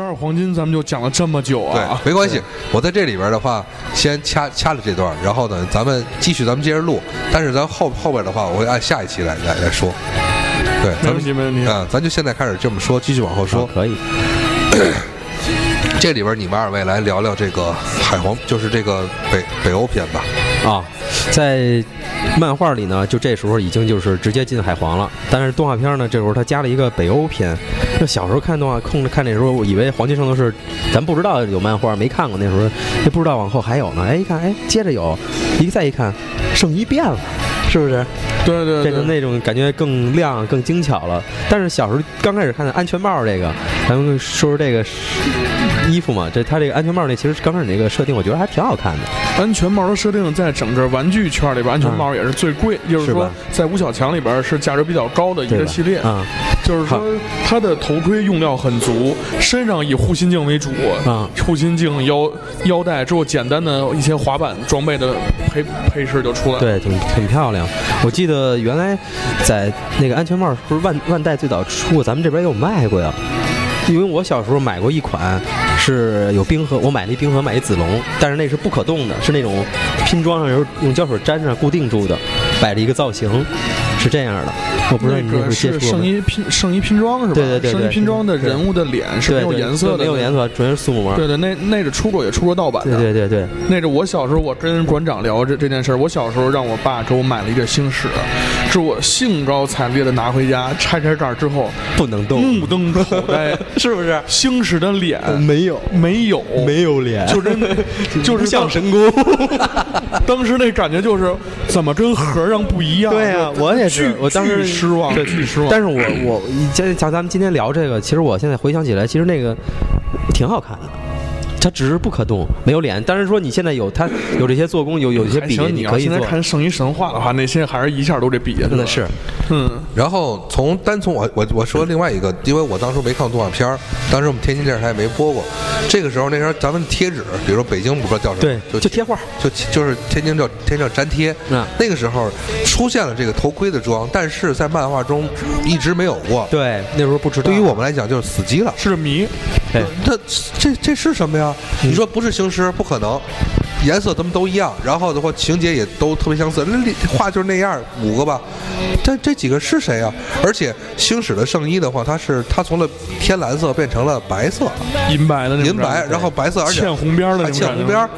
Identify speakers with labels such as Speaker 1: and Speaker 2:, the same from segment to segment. Speaker 1: 二黄金咱们就讲了这么久啊，
Speaker 2: 对，没关系。我在这里边的话，先掐掐了这段，然后呢，咱们继续，咱们接着录。但是咱后后边的话，我会按下一期来来来说。对，
Speaker 1: 没
Speaker 2: 咱
Speaker 1: 问
Speaker 2: 们
Speaker 1: 题没问题。
Speaker 2: 啊、咱就现在开始这么说，继续往后
Speaker 1: 啊
Speaker 2: 说。
Speaker 3: 可以，
Speaker 2: 这里边你们二位来聊聊这个海皇，就是这个北北欧篇吧。
Speaker 3: 啊，在漫画里呢，就这时候已经就是直接进海皇了。但是动画片呢，这时候他加了一个北欧篇。那小时候看动画，控制看那时候，我以为《黄金圣斗士》，咱不知道有漫画，没看过那时候，也不知道往后还有呢。哎，一看，哎，接着有，一再一看，圣衣变了，是不是？
Speaker 1: 对对对，
Speaker 3: 变成那种感觉更亮、更精巧了。但是小时候刚开始看的安全帽这个，咱们说说这个衣服嘛，这它这个安全帽那其实刚开始那个设定，我觉得还挺好看的。
Speaker 1: 安全帽的设定在整个玩具圈里边，安全帽也是最贵，就是
Speaker 3: 嗯是
Speaker 1: 说
Speaker 3: 吧
Speaker 1: 在五小强里边是价值比较高的一
Speaker 3: 对
Speaker 1: 个
Speaker 3: 吧
Speaker 1: 系列。
Speaker 3: 啊
Speaker 1: 就是说
Speaker 3: 好
Speaker 1: 它的头盔用料很足，身上以护心镜为主，
Speaker 3: 啊
Speaker 1: 护心镜、腰腰带之后，简单的一些滑板装备的配配饰就出来了。
Speaker 3: 对，挺挺漂亮。我记得原来在那个安全帽，不是万万代最早出过，咱们这边也有卖过呀。因为我小时候买过一款，是有冰河，我买了一冰河，买一子龙，但是那是不可动的，是那种拼装上，然后用胶水粘上固定住的，摆着一个造型，是这样的。我不知道你
Speaker 1: 那个
Speaker 3: 那时候
Speaker 1: 是
Speaker 3: 接触过
Speaker 1: 圣
Speaker 3: 没。
Speaker 1: 衣拼圣衣拼装是吧？
Speaker 3: 对对对对
Speaker 1: 圣衣拼装的人物的脸是没
Speaker 3: 对，
Speaker 1: 有
Speaker 3: 对
Speaker 1: 颜色的，
Speaker 3: 没有颜
Speaker 1: 色。
Speaker 3: 色，纯是素模。
Speaker 1: 对对，那那个出过也出过盗版的。
Speaker 3: 对对对对，
Speaker 1: 那个我小时候，我跟馆长聊这这件事儿。我小时候让我爸给我买了一个星矢，是我兴高采烈的拿回家，拆开盖儿之后，
Speaker 3: 不能动，
Speaker 1: 目瞪口呆，
Speaker 3: 是不是？
Speaker 1: 星矢的脸
Speaker 3: 没有，
Speaker 1: 没有，
Speaker 3: 没有脸，
Speaker 1: 就真 就是
Speaker 3: 像
Speaker 1: 当
Speaker 3: 神功。
Speaker 1: 当时那感觉就是怎么跟和尚不一样？
Speaker 3: 对呀、
Speaker 1: 就
Speaker 3: 我也
Speaker 1: 巨
Speaker 3: 是，我当时
Speaker 1: 巨失望，
Speaker 3: 对，
Speaker 1: 巨失望。
Speaker 3: 但是我我像像咱们今天聊这个，其实我现在回想起来，其实那个挺好看的。它只是不可动，没有脸。当然说你现在有它有这些做工，有有一些
Speaker 1: 还
Speaker 3: 笔，
Speaker 1: 行，你
Speaker 3: 可
Speaker 1: 要
Speaker 3: 以
Speaker 1: 现在
Speaker 3: 做。
Speaker 1: 看《圣衣神话》的话，那些还是一下都得比下去了。
Speaker 3: 真的是，
Speaker 1: 嗯，
Speaker 2: 然后从单从我我我说另外一个，因为我当初没看动画片儿，当时我们天津电视台也没播过。这个时候那时候咱们贴纸，比如说北京不知道叫什么，
Speaker 3: 对，
Speaker 2: 就
Speaker 3: 就贴画，
Speaker 2: 就就是天津叫天津叫粘贴。
Speaker 3: 嗯
Speaker 2: 那个时候出现了这个头盔的装，但是在漫画中一直没有过。
Speaker 3: 对，那时候不知道。
Speaker 2: 对
Speaker 3: 哎
Speaker 2: 于我们来讲就是死机了。
Speaker 1: 是个谜。
Speaker 3: 对，
Speaker 2: 那这这是什么呀？你说不是行尸不可能，颜色咱们都一样，然后的话情节也都特别相似，那里画就是那样五个吧，但这几个是谁呀？而且星矢的圣衣的话，它是它从了天蓝色变成了白色，
Speaker 1: 银白的那种
Speaker 2: 银白
Speaker 1: 感，觉
Speaker 2: 然后白色，而且
Speaker 1: 嵌红边儿的那
Speaker 2: 还
Speaker 1: 种
Speaker 2: 嵌
Speaker 1: 感觉嗯
Speaker 2: 红边儿，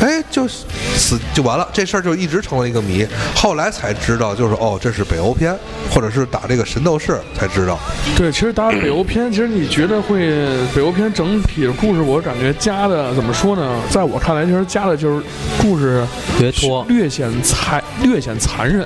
Speaker 2: 哎，就死就完了，这事儿就一直成了一个谜。后来才知道，就是哦，这是北欧篇，或者是打这个神斗士才知道。
Speaker 1: 对，其实大家北欧篇，其实你觉得会北欧篇整体的故事，我感觉加的怎么说呢？在我看来，其实加的就是故事
Speaker 3: 别拖。
Speaker 1: 略显残，略显残忍。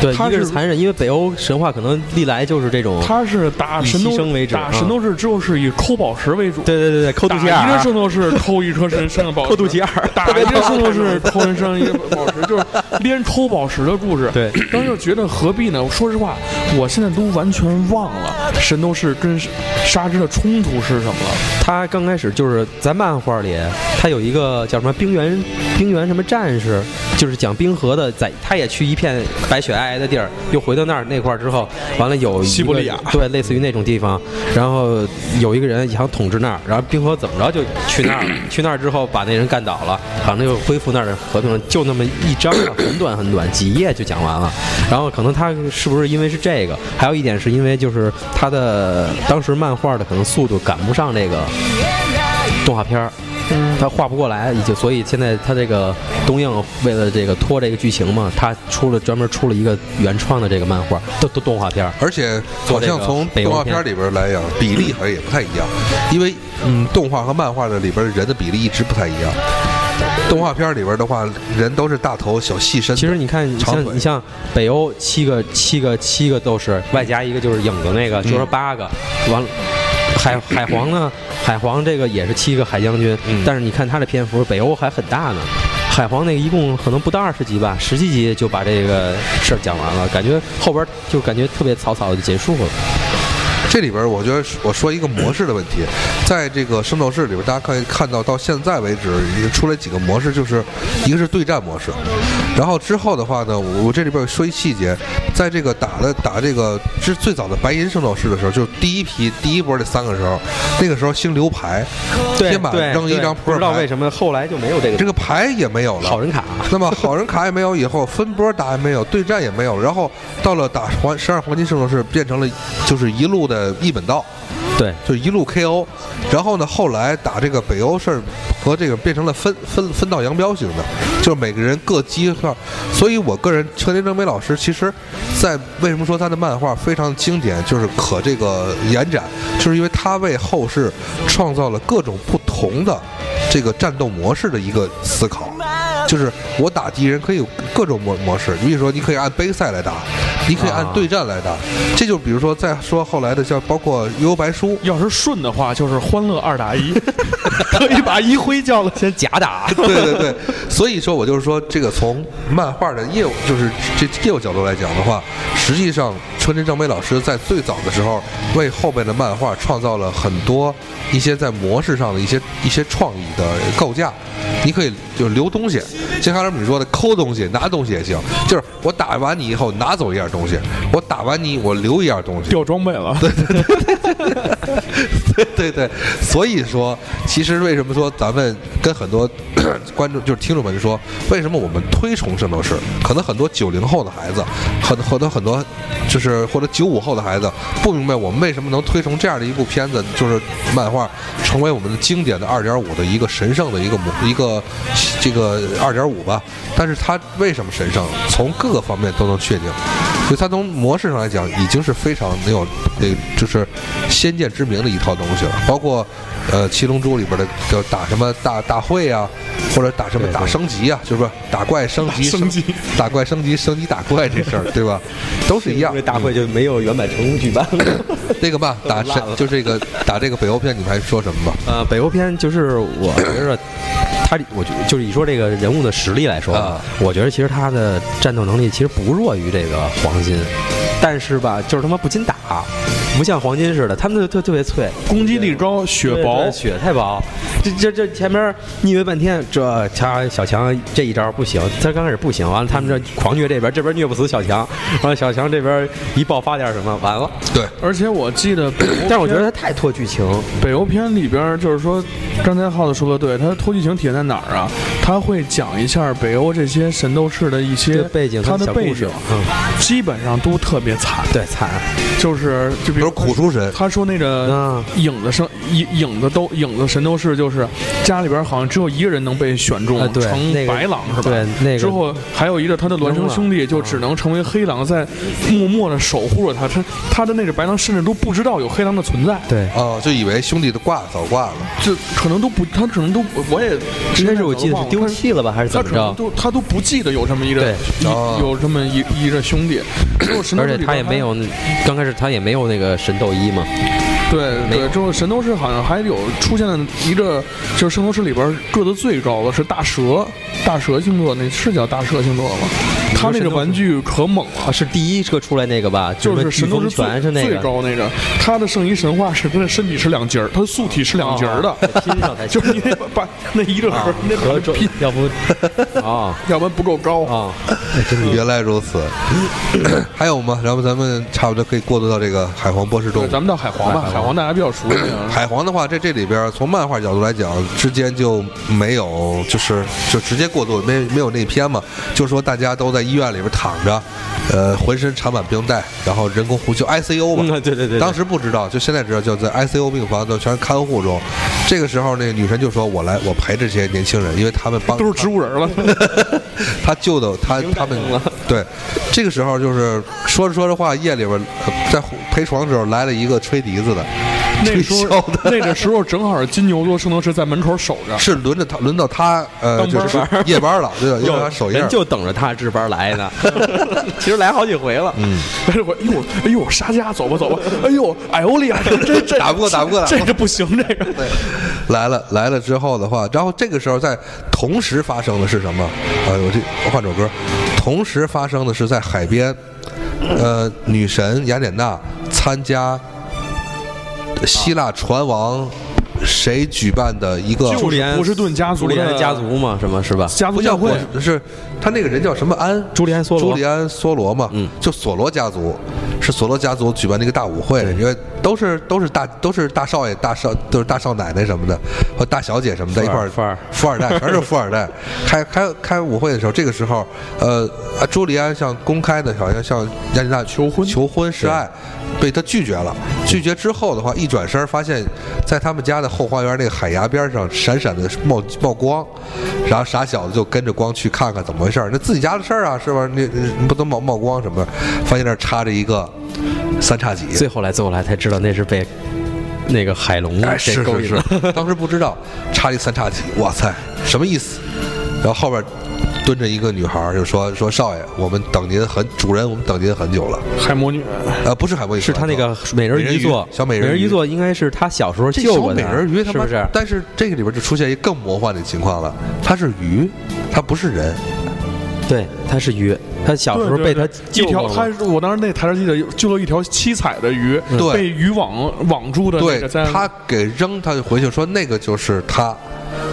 Speaker 3: 对，一
Speaker 1: 它
Speaker 3: 个是
Speaker 1: 是
Speaker 3: 残忍，因为北欧神话可能历来就是这种。
Speaker 1: 他是打
Speaker 3: 以
Speaker 1: 神斗
Speaker 3: 牺牲为止
Speaker 1: 打
Speaker 3: 啊
Speaker 1: 神斗士之后是以抠宝石为主。
Speaker 3: 对对对对，抠肚
Speaker 1: 打
Speaker 3: 脐
Speaker 1: 一
Speaker 3: 眼
Speaker 1: 个
Speaker 3: 儿，啊
Speaker 1: 圣斗士抠一颗身身上宝石，
Speaker 3: 抠肚脐眼儿，
Speaker 1: 打一个圣斗 士抠人身上一个宝石，就是连抠宝石的故事。
Speaker 3: 对，
Speaker 1: 当时就觉得何必呢？说实话，我现在都完全忘了神斗士跟沙之的冲突是什么了。
Speaker 3: 他刚开始就是在漫画里，他有一个叫什么冰原冰原什么战士，就是讲冰河的，在他也去一片白雪皑皑的地儿，又回到那儿那块儿之后，完了有一个
Speaker 1: 西伯利亚
Speaker 3: 对，类似于那种地方，然后有一个人想统治那儿，然后冰河怎么着就去那儿 了，去那儿之后把那人干倒了，好像又恢复那儿的和平了，就那么一章啊，很短很短，几页就讲完了。然后可能他是不是因为是这个，还有一点是因为就是他的当时漫画的可能速度赶不上这个动画片儿。
Speaker 2: 嗯
Speaker 3: 他画不过来，已经，所以现在他这个东映为了这个拖这个剧情嘛，他出了专门出了一个原创的这个漫画，动动动画片儿。
Speaker 2: 而且好像从动画片里边来讲，比例好像也不太一样，因为嗯，动画和漫画的里边人的比例一直不太一样。动画片里边的话，人都是大头小细身的。
Speaker 3: 其实你看，你
Speaker 2: 长
Speaker 3: 像
Speaker 2: 腿
Speaker 3: 你像北欧七个七个七个斗士，外加一个就是影子那
Speaker 2: 嗯
Speaker 3: 个，就说八个，完了。海海 皇呢？海皇这个也是七个海将军，
Speaker 2: 嗯
Speaker 3: 但是你看他的篇幅，北欧还很大呢。海皇那个一共可能不到二十集吧，十几集就把这个事儿讲完了，感觉后边就感觉特别草草的结束了。
Speaker 2: 这里边，我觉得是我说一个模式的问题，在这个圣斗士里边，大家可以看到，到现在为止已经出来几个模式，就是一个是对战模式，然后之后的话呢，我我这里边说一细节，在这个打的打这个之最早的白银圣斗士的时候，就是第一批第一波这三个时候，那个时候兴流牌，
Speaker 3: 对
Speaker 2: 先把
Speaker 3: 对
Speaker 2: 扔一
Speaker 3: 对
Speaker 2: 张扑
Speaker 3: 不
Speaker 2: 克
Speaker 3: 知道
Speaker 2: 牌
Speaker 3: 为，什么后来就没有这个
Speaker 2: 这个牌也没有了，
Speaker 3: 好人卡。
Speaker 2: 那么好人卡也没有，以后分波打也没有，对战也没有，然后到了打黄十二黄金圣斗士，变成了就是一路的一本道，
Speaker 3: 对，
Speaker 2: 就一路 KO。然后呢，后来打这个北欧是和这个变成了分分分道扬镳型的，就是每个人各击上。所以我个人，车田正美老师其实，在为什么说他的漫画非常经典，就是可这个延展，就是因为他为后世创造了各种不同的这个战斗模式的一个思考。就是我打敌人可以有各种模模式，你比如说你可以按杯赛来打，你可以按
Speaker 3: 啊
Speaker 2: 对战来打，这就比如说再说后来的像包括幽游白书，
Speaker 1: 要是顺的话，就是欢乐二打一， 可以把一辉叫来。
Speaker 3: 先假打，
Speaker 2: 对对对，所以说我就是说，这个从漫画的业务，就是这业务角度来讲的话，实际上春田正美老师在最早的时候，为后面的漫画创造了很多一些在模式上的一些一些创意的构架。你可以就是留东西，就像刚才你说的抠东西、拿东西也行，就是我打完你以后拿走一样东西，我打完你我留一样东西。
Speaker 1: 掉装备了，
Speaker 2: 对对对，所以说，其实为什么说咱们跟很多 观众就是听众们说，为什么我们推崇圣斗士？可能很多九零后的孩子，很很多很多就是或者九五后的孩子不明白我们为什么能推崇这样的一部片子，就是漫画成为我们的经典的二点五的一个神圣的一个模一个这个二点五吧。但是它为什么神圣？从各个方面都能确定。所以它从模式上来讲，已经是非常能有那个就是先见之明的一套东西了。包括呃《七龙珠》里边的，就打什么大大会啊，或者打什么
Speaker 3: 对对
Speaker 2: 打升级啊，就是不是打怪升级、
Speaker 1: 打升级、
Speaker 2: 打怪升级、升级打怪这事儿，对吧？都是一样
Speaker 3: 因为。大会就没有原版成功举办了。
Speaker 2: 那个嘛，打
Speaker 3: 都烂了
Speaker 2: 神就这个打这个北欧篇，你们还说什么吧？
Speaker 3: 呃，北欧篇就是我觉着他，我觉就是你说这个人物的实力来说，
Speaker 2: 啊
Speaker 3: 我觉得其实他的战斗能力其实不弱于这个黄金，但是吧，就是他妈不禁打，不像黄金似的，他们就特特别脆，
Speaker 1: 攻击力高，血
Speaker 3: 对
Speaker 1: 薄
Speaker 3: 对，血太薄。这这这前面你以为半天，这他小强这一招不行，他刚开始不行，完了他们这狂虐这边，这边虐不死小强，完了小强这边一爆发点什么，完了。
Speaker 2: 对，
Speaker 1: 而且我记得北欧篇，
Speaker 3: 但是我觉得他太拖剧情，
Speaker 1: 北欧篇里边儿就是说，刚才耗子说的对，它拖剧情体现在哪儿啊？他会讲一下北欧这些神斗士的一些
Speaker 3: 这背景
Speaker 1: 他
Speaker 3: 跟
Speaker 1: 的
Speaker 3: 小
Speaker 1: 背
Speaker 3: 故
Speaker 1: 景
Speaker 3: 事，，嗯，
Speaker 1: 基本上都特别惨，
Speaker 3: 对，惨，
Speaker 1: 就是就比
Speaker 2: 比
Speaker 1: 如
Speaker 2: 如苦
Speaker 1: 说
Speaker 2: 书神，
Speaker 1: 他说那个
Speaker 3: 啊
Speaker 1: 影子生影影子都影子神斗士，就是家里边好像只有一个人能被选中
Speaker 3: 啊对
Speaker 1: 成
Speaker 3: 那个
Speaker 1: 白狼是吧？
Speaker 3: 对那个啊嗯
Speaker 1: 之后还有一个他的孪生兄弟就只能成为黑狼，在默默的守护着他。他他的那个白狼甚至都不知道有黑狼的存在，
Speaker 3: 对。
Speaker 2: 哦，就以为兄弟的挂早挂了。
Speaker 1: 就可能都不他可能都我也
Speaker 3: 应该是我记得是丢弃了吧，还是
Speaker 1: 他
Speaker 3: 怎么
Speaker 1: 可能
Speaker 3: 着？
Speaker 1: 都他都不记得有这么一个
Speaker 3: 对
Speaker 1: 一
Speaker 2: 哦
Speaker 1: 有这么一一个兄弟，只有神斗
Speaker 3: 而
Speaker 1: 士
Speaker 3: 且
Speaker 1: 里
Speaker 3: 他
Speaker 1: 边
Speaker 3: 也没有，刚开始他也没有那个神斗衣嘛。
Speaker 1: 对
Speaker 3: 没
Speaker 1: 对，
Speaker 3: 有
Speaker 1: 之后神斗士好像还有出现了一个，就是圣斗士里边个子最高的是大蛇，大蛇星座那是叫大蛇星座吗？他那个玩具可猛
Speaker 3: 啊，
Speaker 1: 了。
Speaker 3: 是第一个出来那个吧？
Speaker 1: 就是
Speaker 3: 什
Speaker 1: 神
Speaker 3: 么
Speaker 1: 斗士
Speaker 3: 飓
Speaker 1: 最
Speaker 3: 风拳是那
Speaker 1: 最
Speaker 3: 个，
Speaker 1: 高那个，他的圣衣神话是他的身体是两截儿，他的素体是两截儿的
Speaker 3: 哦得拼上才，行
Speaker 1: 就
Speaker 3: 啊
Speaker 1: 是你得把把那一个盒儿那把
Speaker 3: 和
Speaker 1: 它
Speaker 3: 周
Speaker 1: 拼，
Speaker 3: 要不啊
Speaker 1: 要不然不够高。
Speaker 3: 啊，
Speaker 2: 原来如此，还有吗？然后咱们差不多可以过渡到这个海皇波士
Speaker 1: 对，
Speaker 2: 顿。
Speaker 1: 咱们到海皇吧，
Speaker 3: 海皇
Speaker 1: 海皇大家比较熟悉啊。
Speaker 2: 海皇的话，这这里边从漫画角度来讲，之间就没有，就是就直接过渡，没没有那篇嘛，就说大家都在医院里边躺着，呃，浑身缠满冰袋，然后人工呼吸 ICU 嘛，
Speaker 3: 嗯对对对对
Speaker 2: 当时不知道，就现在知道，就在 ICU 病房都全是看护中。这个时候，那个女神就说：“我来，我陪这些年轻人，因为他们 帮
Speaker 1: 都是植物人 了，
Speaker 2: 他救的他他们对，这个时候就是说着说着话，夜里边呃在陪床的时候来了一个吹笛子的，
Speaker 1: 那
Speaker 2: 吹
Speaker 1: 时
Speaker 2: 箫
Speaker 1: 候
Speaker 2: 的，
Speaker 1: 那个时候正好金牛座圣斗士在门口守着，
Speaker 2: 是轮着他轮到他呃
Speaker 1: 当班
Speaker 2: 就
Speaker 1: 儿
Speaker 2: 是夜班了，对吧？夜
Speaker 3: 有
Speaker 2: 班守夜
Speaker 3: 人。就等着他值班 来呢。其实来好几回了，
Speaker 2: 嗯，
Speaker 1: 哎呦，哎呦，哎呦，沙加，走吧，走吧，哎呦，艾欧利 亚，这这这
Speaker 2: 打不过打不过打不
Speaker 1: 这
Speaker 2: 过
Speaker 1: 个不行，这个
Speaker 2: 对，来了来了之后的话，然后这个时候在同时发生的是什么？呃，我这我换首歌，同时发生的是在海边，呃，女呃神雅典娜参加希腊船王谁举办的一个
Speaker 1: 就
Speaker 3: 朱利安
Speaker 1: 波士顿家族
Speaker 3: 朱
Speaker 1: 的
Speaker 3: 利安家族嘛，什么是吧？
Speaker 1: 家族
Speaker 2: 不叫
Speaker 1: 教
Speaker 2: 我
Speaker 1: 会，
Speaker 2: 是他那个人叫什么安？
Speaker 3: 朱利安梭罗
Speaker 2: 朱利安梭罗嘛，
Speaker 3: 嗯
Speaker 2: 就索罗家族，是索罗家族举办那个大舞会，因为都是都是大都是大少爷、大少都是大少奶奶什么的，和大小姐什么的一块儿
Speaker 3: 富二
Speaker 2: 富二代，全是富二代。开开开舞会的时候，这个时候，呃，啊朱利安向公开的好像向亚历娜求婚求婚示爱，被他拒绝了。拒绝之后的话，一转身发现，在他们家的后花园那个海崖边上闪闪的冒冒光，然后傻小子就跟着光去看看怎么回事儿。那自己家的事儿啊，是吧？你你不能冒冒光什么的，发现那儿插着一个三叉戟，
Speaker 3: 最后来最后来才知道那是被那个海龙
Speaker 2: 哎，
Speaker 3: 给
Speaker 2: 是
Speaker 3: 勾
Speaker 2: 是
Speaker 3: 引了。
Speaker 2: 是， 当时不知道插了一三叉戟，哇塞，什么意思？然后后边蹲着一个女孩儿就说说少爷，我们等您很主人，我们等您很久了。
Speaker 1: 海魔女，
Speaker 2: 呃，不是海波伊斯
Speaker 3: 是他那个美人鱼座，
Speaker 2: 小美
Speaker 3: 人
Speaker 2: 人鱼
Speaker 3: 鱼座应该是他小时候
Speaker 2: 这
Speaker 3: 救
Speaker 2: 小
Speaker 3: 过
Speaker 2: 美
Speaker 3: 的，
Speaker 2: 人鱼，他
Speaker 3: 是
Speaker 2: 妈
Speaker 3: 不是？
Speaker 2: 但是这个里边就出现一个更魔幻的情况了，它是鱼，它不是人，
Speaker 3: 对，他啊是鱼，他小时候
Speaker 1: 对
Speaker 3: 被
Speaker 1: 对对
Speaker 3: 他
Speaker 1: 一
Speaker 3: 救
Speaker 1: 条，
Speaker 3: 过
Speaker 1: 他
Speaker 3: 嘛。
Speaker 1: 我当时那台上记得救了一条七彩的鱼，
Speaker 2: 对
Speaker 1: 被渔网网住的那
Speaker 2: 对
Speaker 1: 个在，
Speaker 2: 他给扔，他就回去说那个就是他。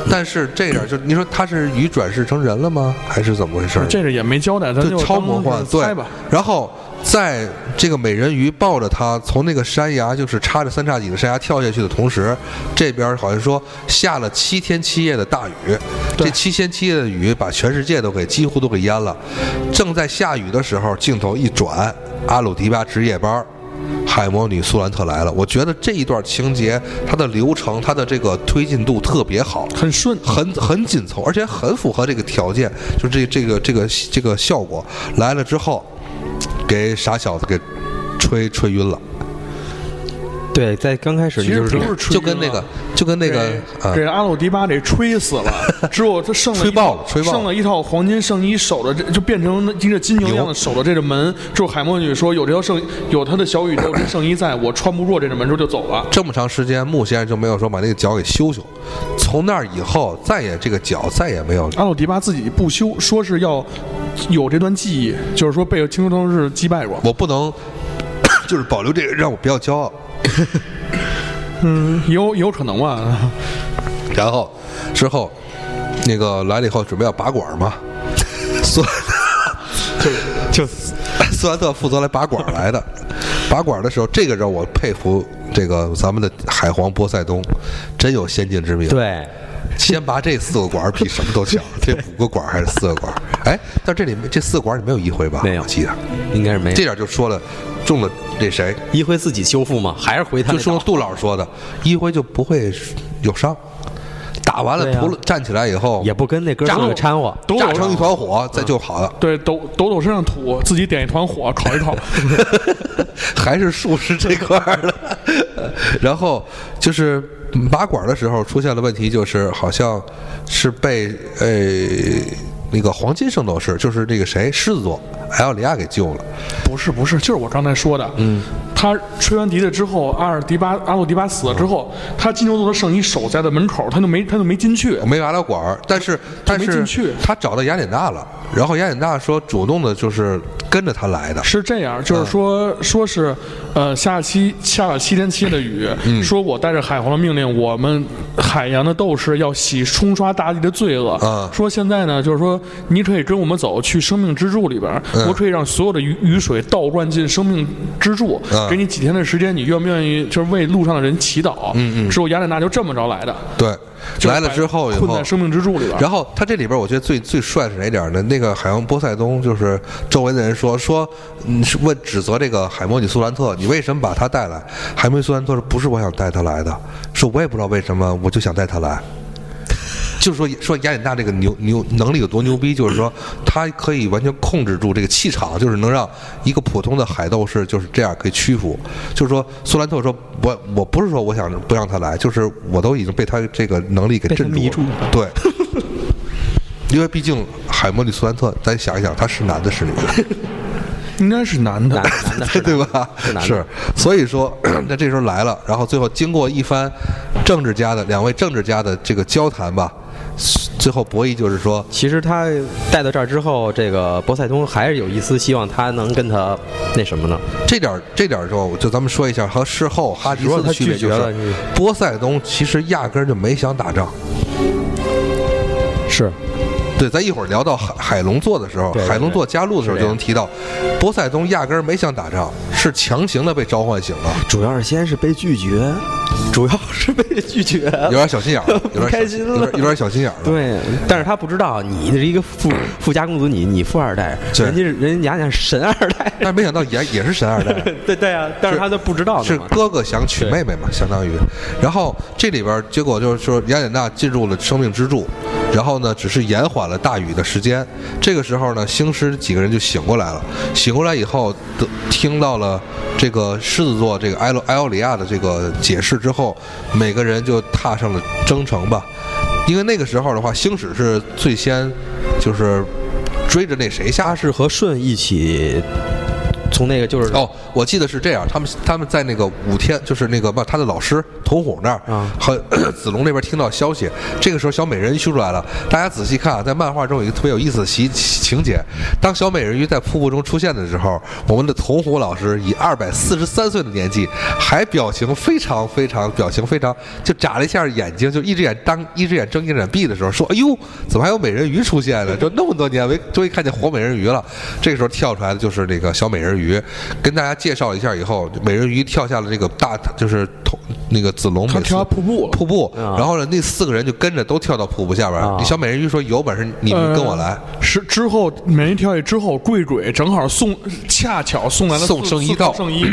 Speaker 2: 但是这样就你说他是鱼转世成人了吗？还是怎么回事？
Speaker 1: 这个也没交代，咱
Speaker 2: 这
Speaker 1: 就
Speaker 2: 超魔幻，
Speaker 1: 当
Speaker 2: 对
Speaker 1: 猜吧。。
Speaker 2: 然后在这个美人鱼抱着他从那个山崖，就是插着三叉戟的山崖跳下去的同时，这边好像说下了七天七夜的大雨，这七天七夜的雨把全世界都给几乎都给淹了。正在下雨的时候，镜头一转，阿鲁迪巴值夜班。海魔女苏兰特来了，我觉得这一段情节，它的流程，它的这个推进度特别好，
Speaker 1: 很顺，
Speaker 2: 很很紧凑，而且很符合这个条件，就这这个这个这个效果来了之后，给傻小子给吹吹晕了，
Speaker 3: 对，在刚开始
Speaker 1: 其
Speaker 3: 你
Speaker 1: 实
Speaker 3: 就
Speaker 1: 不
Speaker 3: 是说
Speaker 1: 是吹啊
Speaker 2: 就跟那个就跟那个
Speaker 1: 给
Speaker 2: 啊
Speaker 1: 给阿鲁迪巴给吹 死了，之后他剩了一
Speaker 2: 吹爆了吹爆了
Speaker 1: 剩了一套黄金圣衣，守着这就变成那一个金牛一样的
Speaker 2: 牛
Speaker 1: 守着这个门。之后海魔女说有这条圣有她的小宇宙这圣衣在，我穿不过这个门，之后就走了。
Speaker 2: 这么长时间，穆先生就没有说把那个脚给修修，从那以后再也这个脚再也没有
Speaker 1: 阿鲁迪巴自己不修，说是要有这段记忆，就是说被青铜是击败过。
Speaker 2: 我不能 就是保留这个让我不要骄傲，
Speaker 1: 嗯，也有也有可能吧。
Speaker 2: 然后之后那个来了以后准备要拔管嘛， 苏
Speaker 3: 就
Speaker 2: 斯兰特负责来拔管儿来的。拔管儿的时候，这个让我佩服这个咱们的海皇波塞冬，真有先见之明。，
Speaker 3: 对，
Speaker 2: 先拔这四个管儿比什么都强，这五个管儿还是四个管儿？哎，但这里面这四个管儿里没有一回吧？
Speaker 3: 没有
Speaker 2: 我记得
Speaker 3: 应该是没有
Speaker 2: 这点就说了，中了这谁？
Speaker 3: 一辉自己修复嘛，还是回他
Speaker 2: 就
Speaker 3: 那
Speaker 2: 说
Speaker 3: 岛
Speaker 2: 杜老师说的，一回就不会有伤。打完了，
Speaker 3: 对啊
Speaker 2: 除了站起来以后，
Speaker 3: 也不跟那哥
Speaker 2: 炸
Speaker 3: 们儿掺和。
Speaker 1: 都
Speaker 2: 炸
Speaker 1: 有
Speaker 2: 成一嗯团火，再就好了。
Speaker 1: 对，抖抖抖身上土，自己点一团火烤一烤。
Speaker 2: 还是术士这块儿了。 然后就是拔管的时候出现了问题，就是好像是被呃那个黄金圣斗士，就是那个谁狮子座艾奥里亚给救了。
Speaker 1: 不是不是，就是我刚才说的，嗯，他吹完笛子之后，阿尔迪巴阿鲁迪巴死了之后，他金牛座的圣衣守在的门口，他就没他就没进去
Speaker 2: 我，没拔到管儿，但是但
Speaker 1: 没进
Speaker 2: 是
Speaker 1: 去
Speaker 2: 他找到雅典娜了，然后雅典娜说主动的就是跟着他来的，
Speaker 1: 是这样，就是
Speaker 2: 嗯
Speaker 1: 说、说是，呃，下期下了七天七夜的雨，
Speaker 2: 嗯
Speaker 1: 说我带着海皇的命令，我们海洋的斗士要洗冲刷大地的罪恶。
Speaker 2: 嗯
Speaker 1: 说现在呢，就是说你可以跟我们走去生命之柱里边，
Speaker 2: 嗯
Speaker 1: 我可以让所有的雨雨水倒灌进生命之柱，
Speaker 2: 嗯
Speaker 1: 给你几天的时间，你愿不愿意就是为路上的人祈祷？嗯嗯。之后雅典娜就这么着来的，
Speaker 2: 对，
Speaker 1: 就是
Speaker 2: 来了之后以
Speaker 1: 把困
Speaker 2: 后
Speaker 1: 在。生命之柱里边。
Speaker 2: 然后他这里边，我觉得最最帅是哪点儿呢？那个海洋波塞冬就是周围的人说说，嗯，是问指责这个海魔女苏兰特，你为什么把她带来？海魔女苏兰特说不是我想带她来的，是我也不知道为什么，我就想带她来。就是说说雅典娜这个牛牛能力有多牛逼，就是说她可以完全控制住这个气场，就是能让一个普通的海斗士就是这样可以屈服。就是说苏兰特说，我我不是说我想不让他来，就是我都已经被他这个能力给镇
Speaker 3: 被她迷
Speaker 2: 住
Speaker 3: 住
Speaker 2: 了，对。因为毕竟海默里苏兰特，咱想一想，他是男的是女的？
Speaker 1: 应该是男的，
Speaker 2: 嗯
Speaker 3: 男男的是
Speaker 2: 对吧？
Speaker 3: 是男的
Speaker 2: 所以说， 那这时候来了，然后最后经过一番政治家的两位政治家的这个交谈吧，最后博弈就是说，
Speaker 3: 其实他带到这儿之后，这个博塞通还是有一丝希望，他能跟他那什么呢？
Speaker 2: 这点儿这点儿就就咱们说一下和事后哈迪斯
Speaker 3: 如果他
Speaker 2: 的区别
Speaker 3: 拒绝
Speaker 2: 就
Speaker 3: 了
Speaker 2: 是
Speaker 3: 你，
Speaker 2: 波塞冬其实压根儿就没想打仗。
Speaker 3: 是，
Speaker 2: 对，咱一会儿聊到海海龙座的时候
Speaker 3: 对，对
Speaker 2: 海龙座加入的时候
Speaker 3: 是这
Speaker 2: 就
Speaker 3: 样
Speaker 2: 能提到，波塞冬压根儿没想打仗，是强行的被召唤醒了。
Speaker 3: 主要是先是被拒 绝，主要是被拒绝。
Speaker 2: 有点小心眼儿，有点小
Speaker 3: 开心
Speaker 2: 有
Speaker 3: 了
Speaker 2: 点有点小心眼儿。，
Speaker 3: 对，但是他不知道你是一个富富家公子，你你富二代，
Speaker 2: 对
Speaker 3: 人家是人家家神二代，
Speaker 2: 但是没想到也也是神二代。
Speaker 3: 对对啊，但是他都不知道呢
Speaker 2: 是
Speaker 3: 嘛
Speaker 2: 哥哥想娶妹妹嘛，相当于。然后这里边儿结果就是说，雅典娜进入了生命之柱，然后呢，只是延缓了大雨的时间。这个时候呢，星矢几个人就醒过来了。醒过来以后，得听到了这个狮子座这个埃罗埃奥里亚的这个解释之后，每个人就踏上了征程吧。因为那个时候的话，星矢是最先就是追着那谁下
Speaker 3: 他是和舜一起从那个就是
Speaker 2: 哦，我记得是这样，他们他们在那个五天，就是那个不，他的老师童虎那儿
Speaker 3: 啊
Speaker 2: 和 子龙那边听到消息，这个时候小美人鱼修出来了。大家仔细看啊，在漫画中有一个特别有意思的情情节，当小美人鱼在瀑布中出现的时候，我们的童虎老师以二百四十三岁的年纪，还表情非常非常表情非常，就眨了一下眼睛，就一只眼当一只眼睁一只眼闭的时候，说：“哎呦，怎么还有美人鱼出现呢？就那么多年没终于看见活美人鱼了。”这个时候跳出来的就是那个小美人鱼，跟大家介绍一下以后，美人鱼跳下了这个大就是同那个子龙
Speaker 1: 他
Speaker 2: 每次
Speaker 1: 跳瀑布了。
Speaker 2: 瀑布，
Speaker 3: 啊
Speaker 2: 然后呢，那四个人就跟着都跳到瀑布下边儿。
Speaker 3: 啊
Speaker 2: 你小美人鱼说：“有本事你们跟我来。
Speaker 1: 是之后美人跳下之后，贵鬼正好送，恰巧送来了
Speaker 2: 送
Speaker 1: 四
Speaker 2: 圣衣
Speaker 1: 四套
Speaker 2: 到
Speaker 1: 圣 衣，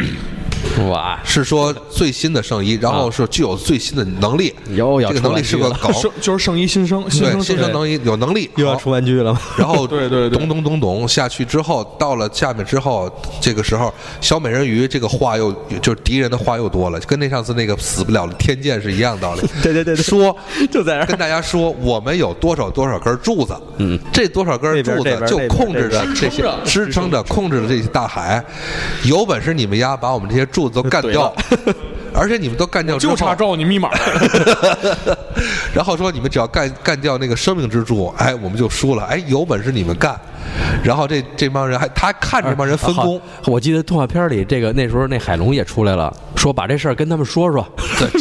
Speaker 3: 哇”，
Speaker 2: 是说最新的圣衣，然后是具有最新的能力。
Speaker 3: 又要
Speaker 2: 这个
Speaker 3: 出
Speaker 2: 能
Speaker 3: 玩
Speaker 2: 力是
Speaker 3: 具
Speaker 2: 个
Speaker 3: 了，
Speaker 2: 狗，
Speaker 1: 圣就是圣衣新生，新
Speaker 2: 对
Speaker 1: 生
Speaker 2: 新
Speaker 1: 圣衣
Speaker 2: 生能力有能力，
Speaker 3: 又要
Speaker 2: 好
Speaker 3: 出玩具了。
Speaker 2: 然后
Speaker 1: 对对对
Speaker 2: 咚咚咚咚下去之后，到了下面之后，这个时候小美人鱼这个话又就是敌人的话又多了，就跟那上次那个死不了的天剑是一样道理。
Speaker 3: 对对对对
Speaker 2: 说
Speaker 3: 就在这儿
Speaker 2: 跟大家说，我们有多少多少根柱子，嗯，这多少根柱
Speaker 3: 那
Speaker 2: 子
Speaker 3: 边
Speaker 2: 就控制着
Speaker 1: 那边
Speaker 2: 这些
Speaker 1: 那边
Speaker 2: 支撑着控制着这些大海，有本事你们丫把我们这些柱子都干掉， 而且你们都干掉之
Speaker 1: 就
Speaker 2: 后，
Speaker 1: 差照你密码 了。
Speaker 2: 然后说你们只要干干掉那个生命之柱，哎，我们就输了。哎，有本事你们干。然后这这帮人还他看着这帮人呃分工，
Speaker 3: 啊好我记得动画片里，这个那时候那海龙也出来了，说把这事儿跟他们说说，
Speaker 2: 这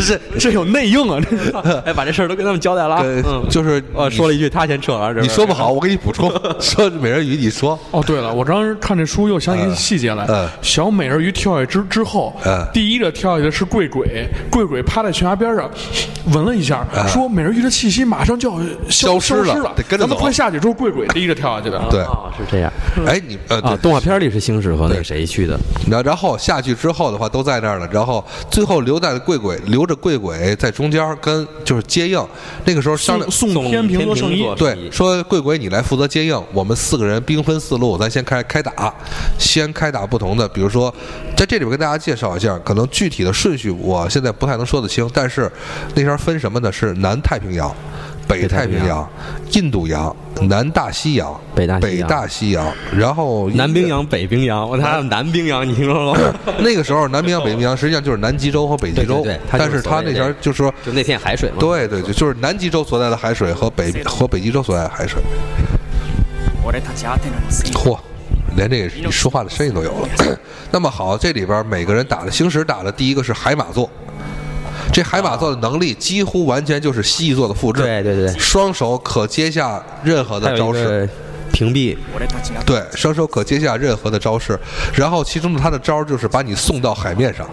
Speaker 2: 是
Speaker 1: 这有内应啊！这 是
Speaker 3: 哎，把这事儿都跟他们交代了啊。
Speaker 2: 呃
Speaker 3: 嗯，
Speaker 2: 就是
Speaker 3: 呃，说了一句他先撤了，这
Speaker 2: 你
Speaker 3: 边
Speaker 2: 说不好，我给你补充。 说美人鱼，你说
Speaker 1: 哦，对了，我当时看这书又想起一细节来。
Speaker 2: 嗯
Speaker 1: 小美人鱼跳下之之后，
Speaker 2: 嗯
Speaker 1: 第一个跳下的是贵鬼，贵鬼趴在悬崖边上闻了一下，说美人鱼的气息马上就要消
Speaker 2: 嗯消失了
Speaker 1: 了，
Speaker 2: 得跟着
Speaker 1: 咱们
Speaker 2: 走
Speaker 1: 快下去。之后，贵鬼第一个跳下去的。啊
Speaker 2: 对，
Speaker 3: 哦，是这样
Speaker 2: 哎你呃
Speaker 3: 啊。
Speaker 2: 对，
Speaker 3: 动画片里是星矢和那谁去的，
Speaker 2: 然然后下去之后的话都在那儿了，然后最后留在贵鬼留着贵鬼在中间跟就是接应，那个时候商量
Speaker 1: 送送
Speaker 3: 送
Speaker 1: 天平
Speaker 3: 天
Speaker 1: 座
Speaker 3: 平
Speaker 1: 圣衣，
Speaker 3: 座
Speaker 2: 对，说贵鬼你来负责接应，我们四个人兵分四路，咱先开开打，先开打不同的，比如说在这里边跟大家介绍一下，可能具体的顺序我现在不太能说得清，但是那边分什么呢？是南太平洋、北
Speaker 3: 北太
Speaker 2: 太
Speaker 3: 平
Speaker 2: 平洋、印度洋、南大西洋、
Speaker 3: 北大西
Speaker 2: 北
Speaker 3: 洋
Speaker 2: 大西洋，然后
Speaker 3: 南冰。洋、北冰洋，我他有南冰洋，你听说了吗？
Speaker 2: 那个时候，南冰洋、北冰洋实际上就是南极洲和北极洲，
Speaker 3: 对对对它就
Speaker 2: 但
Speaker 3: 是
Speaker 2: 是它
Speaker 3: 所谓
Speaker 2: 那
Speaker 3: 的
Speaker 2: 边 就是说
Speaker 3: 就那片海水嘛。
Speaker 2: 对对对，就是南极洲所在的海水和北和北极洲所在的海水。嚯，连这个说话的声音都有了。 那么好，这里边每个人打的星矢打的第一个是海马座，这海马座的能力几乎完全就是蜥蜴座的复制。
Speaker 3: 对对对对
Speaker 2: 双手可接下任何
Speaker 3: 还
Speaker 2: 的
Speaker 3: 有
Speaker 2: 招
Speaker 3: 一
Speaker 2: 式。
Speaker 3: 个屏蔽，
Speaker 2: 对，双手可接下任何的招式，然后其中的他的招就是把你送到海面上，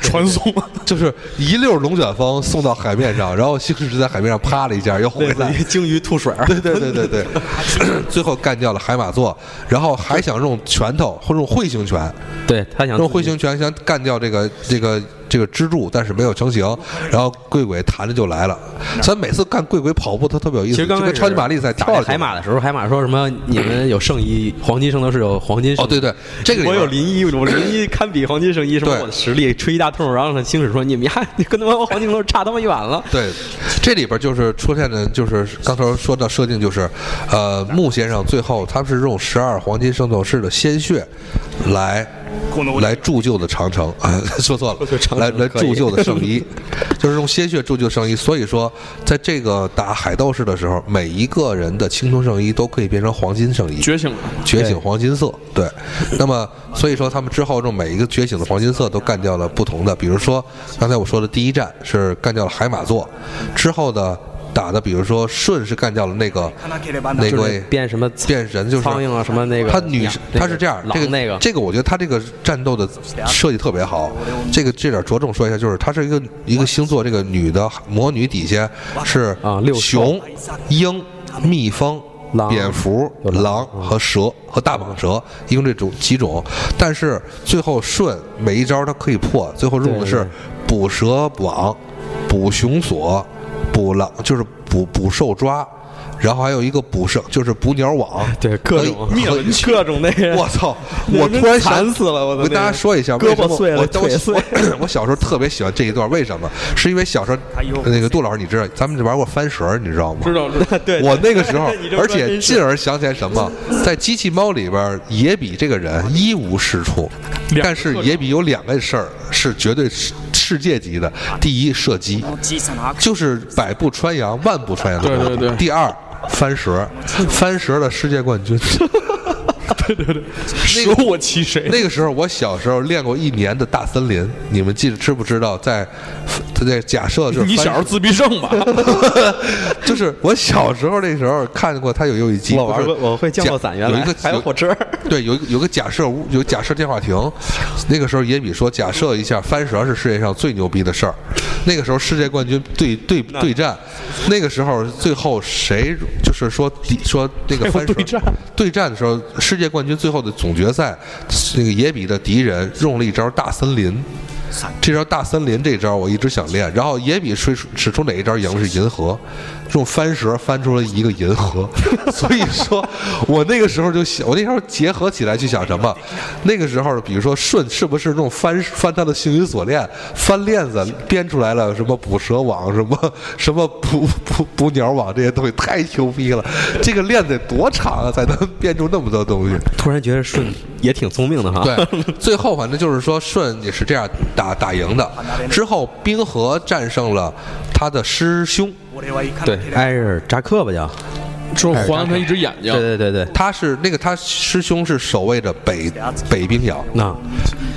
Speaker 1: 传送。
Speaker 2: 就是一溜龙卷风送到海面上，然后星矢在海面上啪了一下又回
Speaker 3: 类似
Speaker 2: 来
Speaker 3: 于，鲸鱼吐水儿。
Speaker 2: 对对对对对， 最后干掉了海马座，然后还想用拳头或者用彗星拳，
Speaker 3: 对他想
Speaker 2: 用彗星拳想干掉这个这个这个支柱，但是没有成型。然后贵鬼弹着就来了，所以每次干贵鬼跑步，他特别有意
Speaker 3: 嗯其
Speaker 2: 思，
Speaker 3: 实
Speaker 2: 就
Speaker 3: 刚开
Speaker 2: 跟
Speaker 3: 始
Speaker 2: 超级玛丽赛跳
Speaker 3: 打
Speaker 2: 了
Speaker 3: 这
Speaker 2: 去
Speaker 3: 海马的时候，海马说什么？你们有圣衣，黄金圣斗士有黄金圣
Speaker 2: 哦，对对，这个里
Speaker 3: 我有
Speaker 2: 边
Speaker 3: 林一，我林一堪比黄金圣衣，什么
Speaker 2: 对
Speaker 3: 我的实力吹一大通，然后让星矢说你们呀，你跟他妈黄金圣斗士差他妈远了。
Speaker 2: 对，这里边就是出现的，就是刚才说到设定，就是，呃，木先生最后他们是用十二黄金圣斗士的鲜血来来铸就的长城啊，说错了，
Speaker 3: 长城
Speaker 2: 来来
Speaker 3: 可以
Speaker 2: 铸就的圣衣，就是用鲜血铸就圣衣。所以说，在这个打海斗士的时候，每一个人的青铜圣衣都可以变成黄金圣衣，
Speaker 1: 觉醒了。
Speaker 2: 觉醒黄金色，对。那么所以说，他们之后这每一个觉醒的黄金色都干掉了不同的，比如说刚才我说的第一站是干掉了海马座，之后的打的，比如说舜是干掉了那个那
Speaker 3: 就是
Speaker 2: 位
Speaker 3: 变什么
Speaker 2: 变人，就是
Speaker 3: 苍蝇啊什么那个
Speaker 2: 他女
Speaker 3: 鸟那
Speaker 2: 他
Speaker 3: 个
Speaker 2: 是这样，这个
Speaker 3: 狼那个
Speaker 2: 这个我觉得他这个战斗的设计特别好。这个这点着重说一下，就是她是一个一个星座，这个女的魔女底下是
Speaker 3: 啊六兽
Speaker 2: 熊、鹰、蜜蜂
Speaker 3: 狼、
Speaker 2: 蝙蝠、
Speaker 3: 有狼啊
Speaker 2: 狼和蛇和大蟒蛇，一共这种几种。但是最后顺每一招它可以破，最后用的
Speaker 3: 对
Speaker 2: 是
Speaker 3: 对
Speaker 2: 捕蛇网、捕熊锁、捕狼，就是捕捕兽抓。然后还有一个捕蛇，就是捕鸟网，
Speaker 3: 对各种
Speaker 2: 和和
Speaker 3: 各种那个，
Speaker 2: 我操！我突然想
Speaker 3: 惨死了，我
Speaker 2: 我跟大家说一下，
Speaker 3: 胳膊
Speaker 2: 为什么
Speaker 3: 碎了
Speaker 2: 我
Speaker 3: 腿碎
Speaker 2: 我我小时候特别喜欢这一段，为什么？是因为小时候那个杜老师，你知道，咱们玩过翻绳，你知道吗？
Speaker 1: 知 道知道
Speaker 3: 对
Speaker 2: 我那个时 候
Speaker 3: 你这，
Speaker 2: 而
Speaker 3: 说真
Speaker 2: 且
Speaker 3: 是
Speaker 2: 进而想起来什么，在机器猫里边也比这个人一无是处，
Speaker 1: 两个
Speaker 2: 但是也比有两个事儿是绝对世世界级的。第一，射击，就是百步穿杨，万步穿杨的
Speaker 1: 对
Speaker 2: 目的。
Speaker 1: 对对
Speaker 2: 第二，翻蛇， 翻蛇的世界冠 军。
Speaker 1: 舍 我其谁？
Speaker 2: 那个时候，我小时候练过一年的大森林，你们记得知不知道在？在假设就是
Speaker 1: 你小时候自闭症吧？
Speaker 2: 就是我小时候那时候看过他有有一集，
Speaker 3: 我玩
Speaker 2: 不
Speaker 3: 过，
Speaker 2: 是
Speaker 3: 我会降落伞，原
Speaker 2: 有
Speaker 3: 来
Speaker 2: 一个
Speaker 3: 还有火车，
Speaker 2: 对，有一个有个假设屋，有假设电话亭。那个时候野比说，假设一下翻蛇是世界上最牛逼的事儿。那个时候世界冠军对对对战，那个时候最后谁就是说底说那个
Speaker 1: 还有
Speaker 2: 翻蛇
Speaker 1: 对战
Speaker 2: 对战的时候，世界冠军最后的总决赛，那个野比的敌人用了一招大森林。这招大森林这招我一直想练，然后野比使出使出哪一招赢了是银河，用翻蛇翻出了一个银河， 所以说我那个时候就想，我那时候结合起来去想什么，那个时候比如说舜是不是用翻翻他的幸运锁链，翻链子编出来了什么捕蛇网，什么什么捕捕捕鸟网这些东西太牛逼了，这个链子多长啊才能编出那么多东西？
Speaker 3: 突然觉得 顺也挺聪明的哈。
Speaker 2: 对，最后反正就是说舜也是这样打打赢的。之后冰河战胜了他的师兄，
Speaker 3: 对，埃尔扎克吧叫，
Speaker 1: 就是还了他一只眼睛
Speaker 3: 对。对对对，
Speaker 2: 他是那个他师兄是守卫着北北冰洋
Speaker 3: 那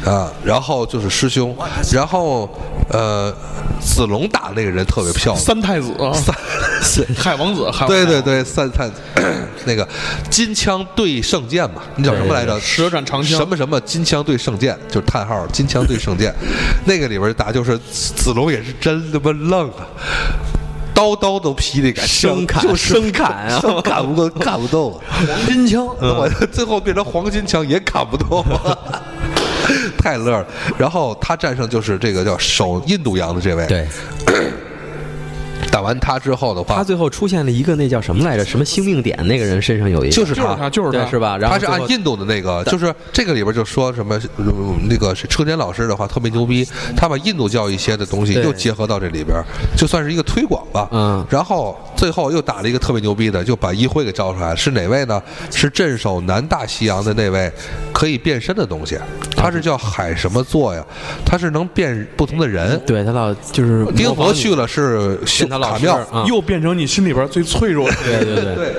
Speaker 2: 啊，然后就是师兄，然后呃子龙打那个人特别漂亮。
Speaker 1: 三太子啊，
Speaker 2: 是
Speaker 1: 海王子，海王
Speaker 2: 对
Speaker 1: 子
Speaker 2: 对对，散散那个金枪对圣剑嘛，你叫什么来着？
Speaker 1: 舌战长枪
Speaker 2: 什么什么金枪对圣剑，就是叹号金枪对圣剑， 那个里边打就是子龙也是真他妈愣啊。刀刀都劈得敢
Speaker 3: 生砍
Speaker 2: 就是
Speaker 3: 生砍啊
Speaker 2: 生砍不过，砍不动 啊！黄金枪，我最后变成黄金枪也砍不动啊， 太乐了。然后他战胜就是这个叫守印度洋的这位，
Speaker 3: 对，
Speaker 2: 打完他之后的话
Speaker 3: 他，最后出现了一个那叫什么来着？什么星命点那个人身上有一个，
Speaker 2: 就是
Speaker 1: 就是他，就是
Speaker 3: 对
Speaker 1: 他，
Speaker 3: 是？吧？啊然后
Speaker 2: 他是
Speaker 3: 最后
Speaker 2: 按印度的那个，就是这个里边就说什么呃那个是车间老师的话特别牛逼，他把印度教一些的东西
Speaker 3: 对
Speaker 2: 又结合到这里边，就算是一个推广吧。
Speaker 3: 嗯
Speaker 2: 然后最后又打了一个特别牛逼的，就把议会给招出来，是哪位呢？是镇守南大西洋的那位可以变身的东西，他是叫海什么座呀？他是能变不同的人。
Speaker 3: 对他老就是
Speaker 2: 冰
Speaker 3: 模
Speaker 2: 河
Speaker 3: 仿
Speaker 2: 去了是修
Speaker 3: 见他老
Speaker 2: 卡
Speaker 3: 师
Speaker 2: 妙，
Speaker 3: 啊
Speaker 1: 又变成你心里边最脆弱的人。
Speaker 3: 对对对，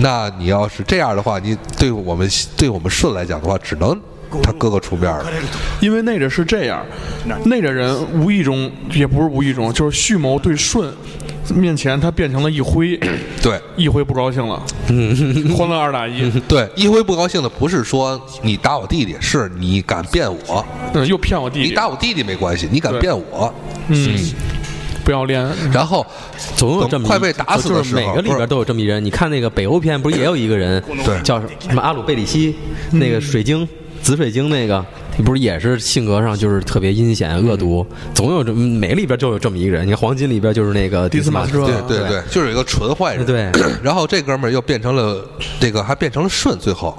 Speaker 2: 那你要是这样的话，你对我们对我们舜来讲的话，只能他哥哥出面了。
Speaker 1: 因为那个是这样，那个人无意中也不是无意中，就是蓄谋对舜面前，他变成了一辉，
Speaker 2: 对
Speaker 1: 一辉不高兴了，欢乐二打一，
Speaker 2: 对，一辉不高兴的不是说你打我弟弟，是你敢变我，
Speaker 1: 嗯，又骗我弟
Speaker 2: 你
Speaker 1: 弟，
Speaker 2: 打我弟弟没关系，你敢
Speaker 1: 对
Speaker 2: 变我，
Speaker 1: 嗯，不要脸，
Speaker 2: 然后
Speaker 3: 总有这么一
Speaker 2: 快被打死
Speaker 3: 就
Speaker 2: 的
Speaker 3: 是
Speaker 2: 时候，
Speaker 3: 每个里
Speaker 2: 不是
Speaker 3: 边都有这么一人。你看那个北欧片，不是也有一个人，
Speaker 2: 对嗯
Speaker 3: 叫什么阿鲁贝里希，那个水晶紫水晶那个，不是也是性格上就是特别阴险恶毒，
Speaker 2: 嗯
Speaker 3: 总有这么每个里边就有这么一个人。你看黄金里边就是那个
Speaker 1: 迪斯马斯
Speaker 3: 特，
Speaker 1: 特
Speaker 2: 对对对，就是有一个纯坏人。
Speaker 3: 对
Speaker 2: 然后这哥们儿又变成了这个，还变成了舜，最后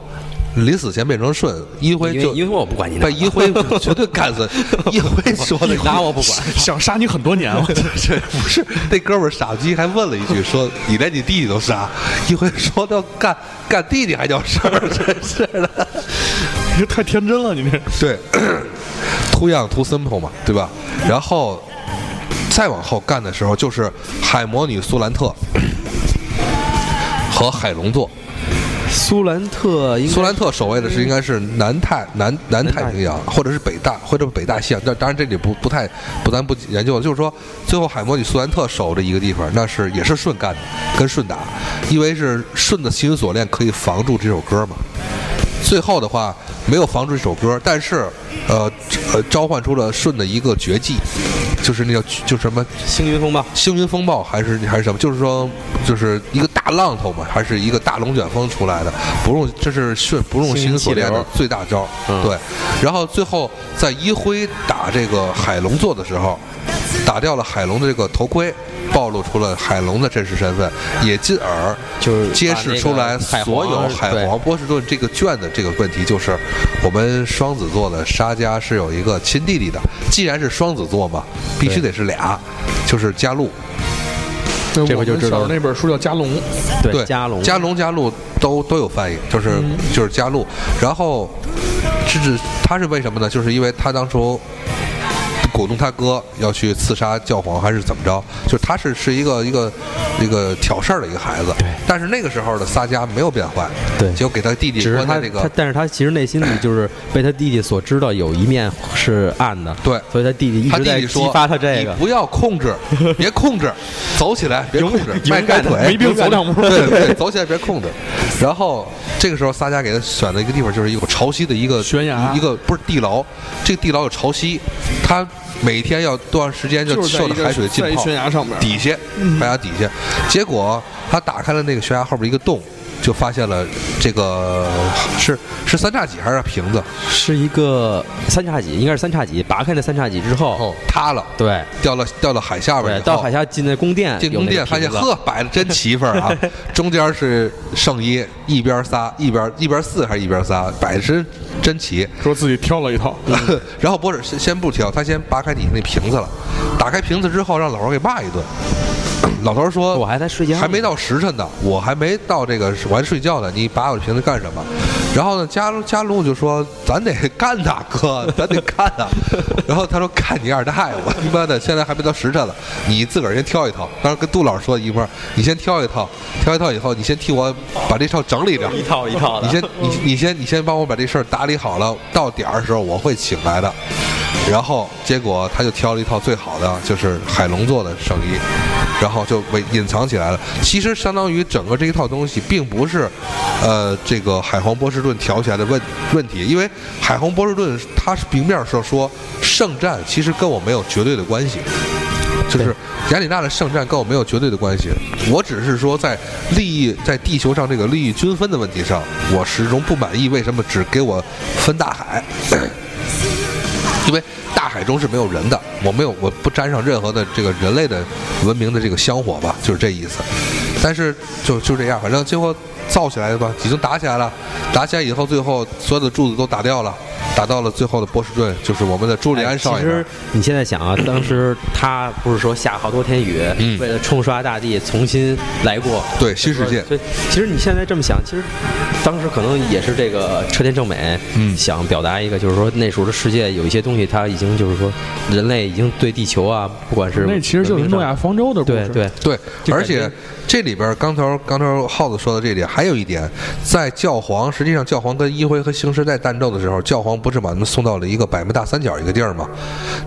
Speaker 2: 临死前变成舜，一辉
Speaker 3: 因为
Speaker 2: 就
Speaker 3: 因为我不管你那
Speaker 2: 被一 辉绝对干死，一辉说的
Speaker 3: 打我不 管。
Speaker 1: 想杀你很多年了，
Speaker 2: 这不是那哥们儿傻逼，还问了一句说：“你连你弟弟都杀？”一回说到干干弟弟还叫事儿，真是的。
Speaker 1: 你这 太天真了，你这
Speaker 2: 对，too young too simple 嘛，对吧？然后再往后干的时候，就是海魔女苏兰特和海龙座。
Speaker 3: 苏兰特应该
Speaker 2: 苏兰特守卫的是应该是南太南南太平洋，或者是北大，或者北大西洋。但当然这里不不太不咱不研究了。就是说，最后海魔女苏兰特守着一个地方，那是也是舜干的，跟舜打，因为是舜的心锁链可以防住这首歌嘛。最后的话没有防住这首歌，但是呃呃召唤出了舜的一个绝技，就是那叫就是什么
Speaker 3: 星云风暴，
Speaker 2: 星云风暴还是还是什么？就是说，就是一个大浪头嘛，还是一个大龙卷风出来的？不用，这是迅不用
Speaker 3: 星云
Speaker 2: 心
Speaker 3: 气
Speaker 2: 锁
Speaker 3: 流
Speaker 2: 链的最大招。
Speaker 3: 嗯
Speaker 2: 对，然后最后在一辉打这个海龙座的时候，打掉了海龙的这个头盔，暴露出了海龙的真实身份，也进而
Speaker 3: 就是
Speaker 2: 揭
Speaker 3: 把那
Speaker 2: 示
Speaker 3: 个
Speaker 2: 出来
Speaker 3: 海
Speaker 2: 所有
Speaker 3: 皇
Speaker 2: 海
Speaker 3: 对
Speaker 2: 皇波士顿这个卷的这个问题，就是我们双子座的沙加是有一个亲弟弟的，既然是双子座嘛，必须得是俩，就是加路。
Speaker 1: 那
Speaker 3: 这回
Speaker 1: 我
Speaker 3: 就
Speaker 1: 们
Speaker 3: 知道
Speaker 1: 小时候
Speaker 3: 了
Speaker 1: 那本书叫《加龙》，
Speaker 3: 对
Speaker 2: 对，
Speaker 3: 加龙嗯
Speaker 2: 加龙、加路都都有翻译，就是、就是加路。然后，这是他是为什么呢？就是因为他当初鼓动他哥要去刺杀教皇，还是怎么着？就是他是是一个一个一个挑事儿的一个孩子。但是那个时候的撒迦没有变坏，
Speaker 3: 对
Speaker 2: 结果给他弟弟
Speaker 3: 只是
Speaker 2: 关
Speaker 3: 他
Speaker 2: 在这
Speaker 3: 他
Speaker 2: 个，
Speaker 3: 但是他其实内心里就是被他弟弟所知道有一面是暗的，
Speaker 2: 对
Speaker 3: 所以他弟弟一
Speaker 2: 他
Speaker 3: 直
Speaker 2: 弟
Speaker 3: 在
Speaker 2: 弟
Speaker 3: 激
Speaker 2: 说：“
Speaker 3: 发他这个
Speaker 2: 你。不要控制，别控制，走起来，别控制，迈
Speaker 3: 勇
Speaker 2: 开
Speaker 3: 敢
Speaker 2: 腿，
Speaker 1: 没病走两步。
Speaker 2: 对对，走起来别空着。然后这个时候，撒迦给他选了一个地方，就是有潮汐的一个
Speaker 1: 悬崖
Speaker 2: 一个不是地牢。这个地牢有潮汐，他每天要多长时间就
Speaker 1: 就是在
Speaker 2: 受
Speaker 1: 一
Speaker 2: 着
Speaker 1: 个
Speaker 2: 海水浸
Speaker 1: 在一
Speaker 2: 泡，
Speaker 1: 悬崖上嗯面
Speaker 2: 底下悬崖底下。结果他打开了那个悬崖后边一个洞。就发现了这个是是三叉戟还是瓶子？
Speaker 3: 是一个三叉戟，应该是三叉戟。拔开那三叉戟之后，
Speaker 2: 哦，塌了，
Speaker 3: 对
Speaker 2: 掉了掉到海下边
Speaker 3: 对
Speaker 2: 以，后
Speaker 3: 到海峡进那宫殿，
Speaker 2: 进宫殿发现，呵，摆的真齐份 儿啊！中间是圣衣，一边仨，一边一边四还是一边仨，摆的真真齐。
Speaker 1: 说自己挑了一套，
Speaker 3: 嗯
Speaker 2: 然后不是先先不挑，他先拔开底下那瓶子了，打开瓶子之后让老头儿给骂一顿。老头儿说：“
Speaker 3: 哦我还在睡觉呢
Speaker 2: 还没到时辰呢，我还没到这个我还睡觉呢，你拔我的瓶子干什么？”然后呢，加入加入就说：“咱得干他哥，咱得干他。”然后他说：“干你二大爷，我他妈的现在还没到时辰了，你自个儿先挑一套。”当时跟杜老师说的一块儿，你先挑一套，挑一套以后，你先替我把这套整理着，
Speaker 3: 一套一套的。
Speaker 2: 你先你你先你先帮我把这事儿打理好了，到点儿的时候我会请来的。然后结果他就挑了一套最好的，就是海龙做的圣衣，然后就被隐藏起来了。其实相当于整个这一套东西，并不是，呃，这个海皇波士顿挑起来的问问题，因为海皇波士顿他是明面上说圣战，其实跟我没有绝对的关系。就是雅典娜的圣战跟我没有绝对的关系，我只是说在利益在地球上这个利益均分的问题上，我始终不满意为什么只给我分大海，因为大海中是没有人的，我没有我不沾上任何的这个人类的文明的这个香火吧，就是这意思。但是就就这样，反正最后造起来的吧，已经打起来了，打起来以后，最后所有的柱子都打掉了，打到了最后的波士顿，就是我们的朱利安少
Speaker 3: 哎其
Speaker 2: 爷那儿
Speaker 3: 实。你现在想啊，当时他不是说下好多天雨，
Speaker 2: 嗯
Speaker 3: 为了冲刷大地重新来过，
Speaker 2: 对新世界
Speaker 3: 所以其实你现在这么想，其实当时可能也是这个车田正美，
Speaker 2: 嗯
Speaker 3: 想表达一个就是说那时候的世界有一些东西，它已经就是说人类已经对地球啊，不管是
Speaker 1: 那其实就是
Speaker 3: 文明
Speaker 1: 诺
Speaker 3: 上
Speaker 1: 亚方舟的故
Speaker 3: 对
Speaker 1: 事。
Speaker 3: 对
Speaker 2: 对，
Speaker 3: 就
Speaker 2: 而
Speaker 3: 感觉
Speaker 2: 且这里边儿刚头刚头耗子说的这点，还有一点，在教皇实际上教皇跟一辉和星矢在战斗的时候，教皇不是把他们送到了一个百慕大三角一个地儿吗？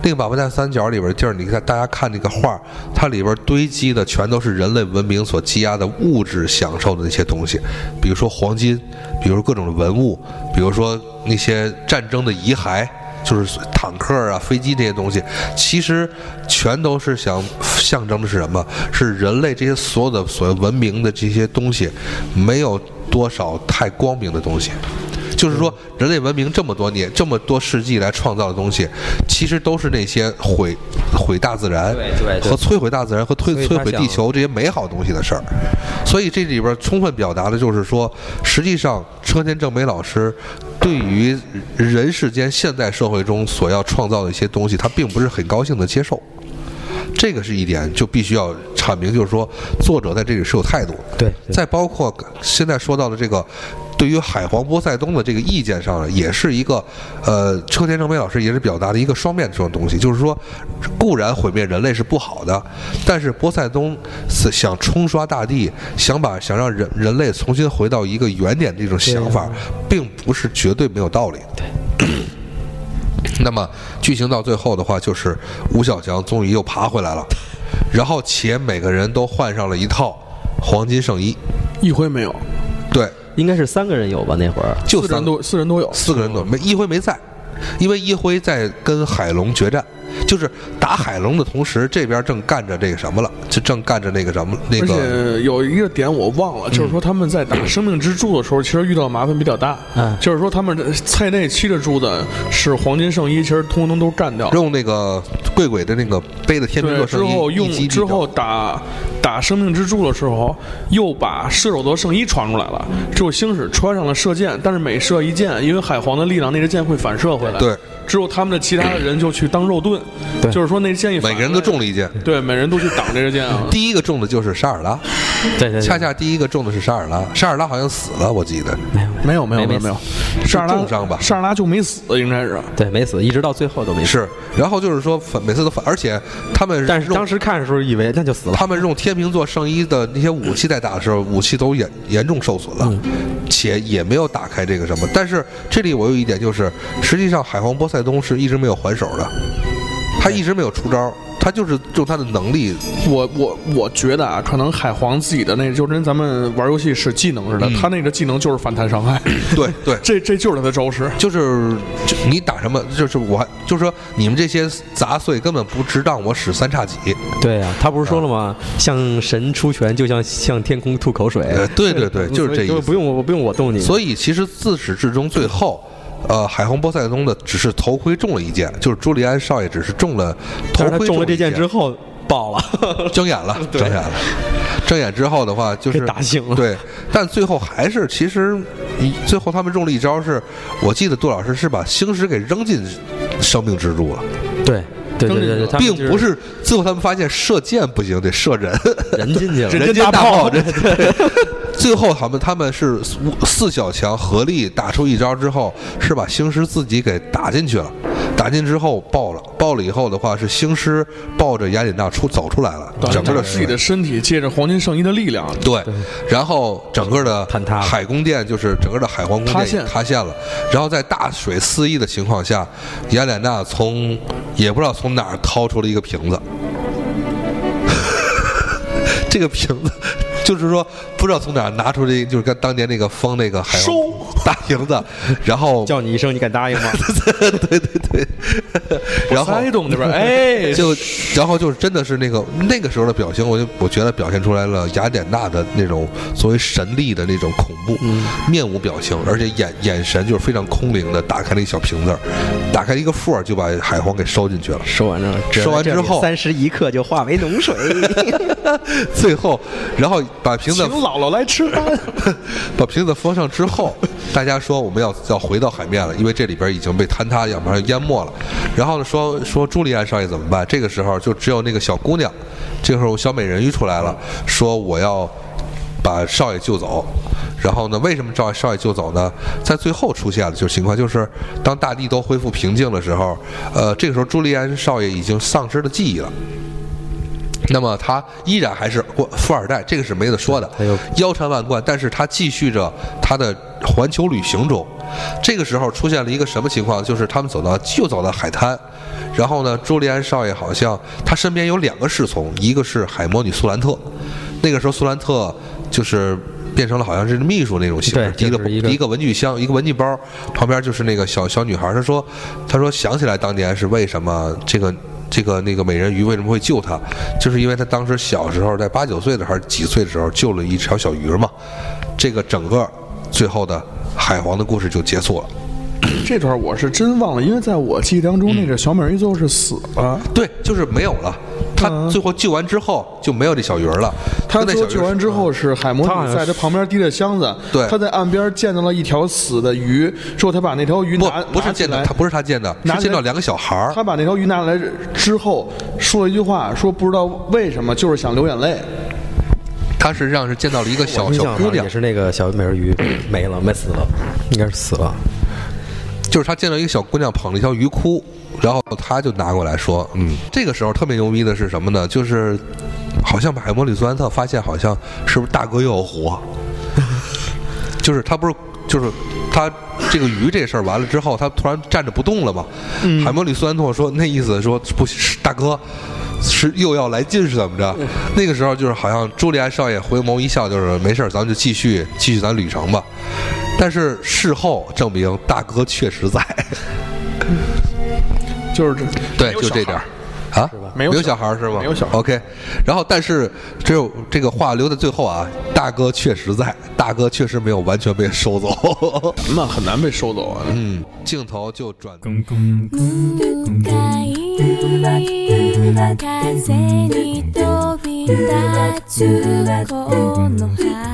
Speaker 2: 那个百慕大三角里边的地儿，你看大家看那个画儿，它里边堆积的全都是人类文明所积压的物质享受的那些东西，比如说黄金，比如说各种的文物，比如说那些战争的遗骸。就是坦克啊、飞机这些东西，其实全都是想象征的是什么？是人类这些所有的所谓文明的这些东西，没有多少太光明的东西。就是说，人类文明这么多年、这么多世纪来创造的东西，其实都是那些毁毁大自然
Speaker 3: 对对对
Speaker 2: 和摧毁大自然和摧
Speaker 3: 所以他
Speaker 2: 摧毁地
Speaker 3: 想
Speaker 2: 球这些美好东西的事儿。所以这里边充分表达的就是说，实际上车田正美老师对于人世间现代社会中所要创造的一些东西，他并不是很高兴的接受。这个是一点，就必须要阐明，就是说，作者在这里是有态度的。
Speaker 3: 对对
Speaker 2: 再包括现在说到的这个对对于海皇波塞冬的这个意见上呢，也是一个呃，车田正美老师也是表达的一个双面这种东西，就是说，固然毁灭人类是不好的，但是波塞冬是想冲刷大地，想把想让人人类重新回到一个原点这种想法，并不是绝对没有道理的。那么剧情到最后的话，就是吴小强终于又爬回来了，然后且每个人都换上了一套黄金圣衣，
Speaker 1: 一回没有，
Speaker 2: 对，
Speaker 3: 应该是三个人有吧？那会儿
Speaker 2: 就
Speaker 1: 四人
Speaker 2: 三
Speaker 1: 都四人都有，
Speaker 2: 四个人都没一辉没在，因为一辉在跟海龙决战，就是打海龙的同时，这边正干着这个什么了，就正干着那个什么那
Speaker 1: 而
Speaker 2: 个
Speaker 1: 且有一个点我忘了，就是说他们在打生命之柱的时候，其实遇到麻烦比较大。
Speaker 3: 嗯
Speaker 1: 就是说他们的菜内七着柱子是黄金圣衣，其实通通都干掉。
Speaker 2: 用那个贵鬼的那个背的天平
Speaker 1: 对，
Speaker 2: 座
Speaker 1: 之
Speaker 2: 圣
Speaker 1: 后
Speaker 2: 衣
Speaker 1: 用
Speaker 2: 一击
Speaker 1: 之后打打生命之柱的时候，又把射手座圣衣传出来了。只有星矢穿上了射箭，但是每射一箭，因为海皇的力量，那支箭会反射回来。
Speaker 2: 对，
Speaker 1: 之后他们的其他的人就去当肉盾，
Speaker 3: 对
Speaker 1: 就是说那箭一反
Speaker 2: 每个人都中了一箭，
Speaker 1: 对，每人都去挡这支箭 啊。
Speaker 2: 第一个中的就是沙尔拉，
Speaker 3: 对对对，
Speaker 2: 恰恰第一个中的是沙尔拉，沙尔拉好像死了，我记得。
Speaker 3: 没有
Speaker 1: 没有没有
Speaker 3: 没
Speaker 1: 没
Speaker 3: 没
Speaker 1: 有
Speaker 3: 死
Speaker 1: 没有，沙尔拉
Speaker 2: 重伤吧
Speaker 1: 沙尔拉就没死，应该是。
Speaker 3: 对没死，一直到最后都没死。
Speaker 2: 是，然后就是说反每次都反，而且他们
Speaker 3: 但是
Speaker 2: 用
Speaker 3: 当时看的时候以为那就死了，
Speaker 2: 他们用天秤座圣衣的那些武器在打的时候，武器都严严重受损了，
Speaker 3: 嗯
Speaker 2: 且也没有打开这个什么。但是这里我有一点就是，实际上海皇波塞冬是一直没有还手的，他一直没有出招，他就是用他的能 力。
Speaker 1: 我我我觉得啊，可能海皇自己的那，就跟咱们玩游戏使技能似
Speaker 2: 嗯
Speaker 1: 的，他那个技能就是反弹伤害，
Speaker 2: 对对，
Speaker 1: 这这就是他的招式。
Speaker 2: 就是就你打什么，就是我还就是说你们这些杂碎根本不值当我使三叉戟。
Speaker 3: 对呀、他不是说了吗？向神出拳，就像向天空吐口水。
Speaker 2: 呃，对对对，就是这意
Speaker 3: 所以
Speaker 2: 思
Speaker 3: 不。用我不用我动你。
Speaker 2: 所以其实自始至终，最后，呃，海皇波塞冬的只是头盔中了一箭，就是朱利安少爷只是中了头
Speaker 3: 但
Speaker 2: 盔
Speaker 3: 是他
Speaker 2: 中
Speaker 3: 中了这
Speaker 2: 一箭
Speaker 3: 箭之后爆了，
Speaker 2: 睁眼了，
Speaker 3: 对
Speaker 2: 睁眼了，睁眼之后的话就
Speaker 3: 被
Speaker 2: 是
Speaker 3: 打醒了。
Speaker 2: 对，但最后还是其实一最后他们中了一招是，我记得杜老师是把星矢给扔进生命之柱了，
Speaker 3: 对对
Speaker 1: 扔
Speaker 3: 对
Speaker 1: 进去
Speaker 3: 对对，
Speaker 1: 了
Speaker 3: 他们
Speaker 2: 并
Speaker 3: 就
Speaker 2: 不是最后他们发现射箭不行，得射人。
Speaker 3: 人进去了，
Speaker 2: 人间大炮，这 最后他们他们是四四小强合力打出一招之后，是把星矢自己给打进去了。打进之后爆了，爆了以后的话是星矢抱着雅典娜出走出来了，
Speaker 1: 对
Speaker 2: 整个的
Speaker 1: 自己的身体借着黄金圣衣的力量，
Speaker 2: 对，然后整个的
Speaker 3: 坍塌了
Speaker 2: 海宫殿就是整个的海皇宫
Speaker 1: 塌
Speaker 2: 殿也
Speaker 1: 陷
Speaker 2: 塌陷了。然后在大水肆意的情况下，雅典娜从也不知道从哪儿掏出了一个瓶子， 这个瓶子就是说不知道从哪儿拿出这，就是跟当年那个封那个海
Speaker 1: 收
Speaker 2: 皇 大瓶子，然后
Speaker 3: 叫你一声，你敢 答应吗？
Speaker 2: 对对对，然后
Speaker 1: 塞动这边，哎，
Speaker 2: 就然后就是真的是那个那个时候的表情，我就我觉得表现出来了雅典娜的那种作为神力的那种恐怖、面无表情，而且眼眼神就是非常空灵的，打开了一小瓶子儿，打开一个缝儿就把海皇给收进去了。
Speaker 3: 说完之后，
Speaker 2: 说完之后
Speaker 3: 三十一克就化为脓水。
Speaker 2: 最后，然后把瓶
Speaker 1: 请
Speaker 2: 子
Speaker 1: 姥姥来吃饭。
Speaker 2: 把瓶子封上之后，大家说我们要要回到海面了，因为这里边已经被坍塌，要不然淹没了。然后呢，说说朱利安少爷怎么办？这个时候就只有那个小姑娘，这个时候小美人鱼出来了，说我要把少爷救走。然后呢，为什么少少爷救走呢？在最后出现了就是情况，就是当大地都恢复平静的时候，呃，这个时候朱利安少爷已经丧失了记忆了。那么他依然还是富富二代，这个是没得说的
Speaker 3: 他又，
Speaker 2: 腰缠万贯。但是他继续着他的环球旅行中，这个时候出现了一个什么情况？就是他们走到就走到海滩，然后呢，朱利安少爷好像他身边有两个侍从，一个是海魔女苏兰特，那个时候苏兰特就是。变成了好像是秘书那种形式，
Speaker 3: 对
Speaker 2: 个
Speaker 3: 就是一
Speaker 2: 一
Speaker 3: 个
Speaker 2: 一个文具箱，一个文具包，旁边就是那个小小女孩。她说，她说想起来当年是为什么这个这个那个美人鱼为什么会救她，就是因为她当时小时候在八九岁的还是几岁的时候救了一条小鱼嘛。这个整个最后的海皇的故事就结束了。
Speaker 1: 这段我是真忘了，因为在我记忆当中，那个小美人鱼最后是死了。
Speaker 2: 对，就是没有了。他最后救完之后就没有这小鱼儿了。
Speaker 1: 他
Speaker 2: 跟那
Speaker 1: 嗯最
Speaker 2: 小
Speaker 1: 后
Speaker 2: 鱼
Speaker 1: 救完之后是海魔
Speaker 3: 他好像
Speaker 1: 女在
Speaker 3: 是
Speaker 1: 他旁边提着箱子，
Speaker 2: 对
Speaker 1: 他在岸边见到了一条死的鱼，之后他把那条鱼
Speaker 2: 不
Speaker 1: 拿
Speaker 2: 不是见
Speaker 1: 拿
Speaker 2: 的，
Speaker 1: 起
Speaker 2: 他
Speaker 1: 来
Speaker 2: 不是他见的，
Speaker 1: 拿起
Speaker 2: 是
Speaker 1: 来
Speaker 2: 见到两个小孩儿
Speaker 1: 他。把那条鱼拿来之后说了一句话，说不知道为什么就是想流眼泪。
Speaker 2: 他实际上是见到了一个 小
Speaker 3: 印象
Speaker 2: 小
Speaker 3: 好
Speaker 2: 姑
Speaker 3: 像
Speaker 2: 娘
Speaker 3: 啊也，是那个小美人鱼没了，没死了，应该是死了。
Speaker 2: 就是他见到一个小姑娘捧了一条鱼窟，然后他就拿过来说，嗯，这个时候特别牛逼的是什么呢？就是好像把海默里苏安特发现，好像是不是大哥又要活？就是他不是 就是他这个鱼这事儿完了之后，他突然站着不动了嘛？嗯海默里苏安特说那意思说不是大哥。是又要来劲是怎么着？ 那个时候就是好像朱利安少爷回眸一笑，就是没事儿，咱们就继续继续咱旅程吧。但是事后证明，大哥确实在，
Speaker 1: 就是这，
Speaker 2: 对，
Speaker 1: 没有
Speaker 2: 就
Speaker 1: 小
Speaker 2: 这点儿
Speaker 1: 孩。
Speaker 2: 啊，
Speaker 1: 没有
Speaker 2: 没有
Speaker 1: 小
Speaker 2: 小
Speaker 1: 孩
Speaker 2: 孩儿是吗？
Speaker 1: 没有小孩
Speaker 2: OK，然后但是只有这个话留在最后啊，大哥确实在，大哥确实没有完全被收走。
Speaker 1: 那很难被收走啊。
Speaker 2: 嗯，镜头就转。
Speaker 4: 風に飛び立つこの葉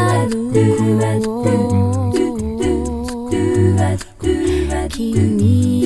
Speaker 4: 歩こう君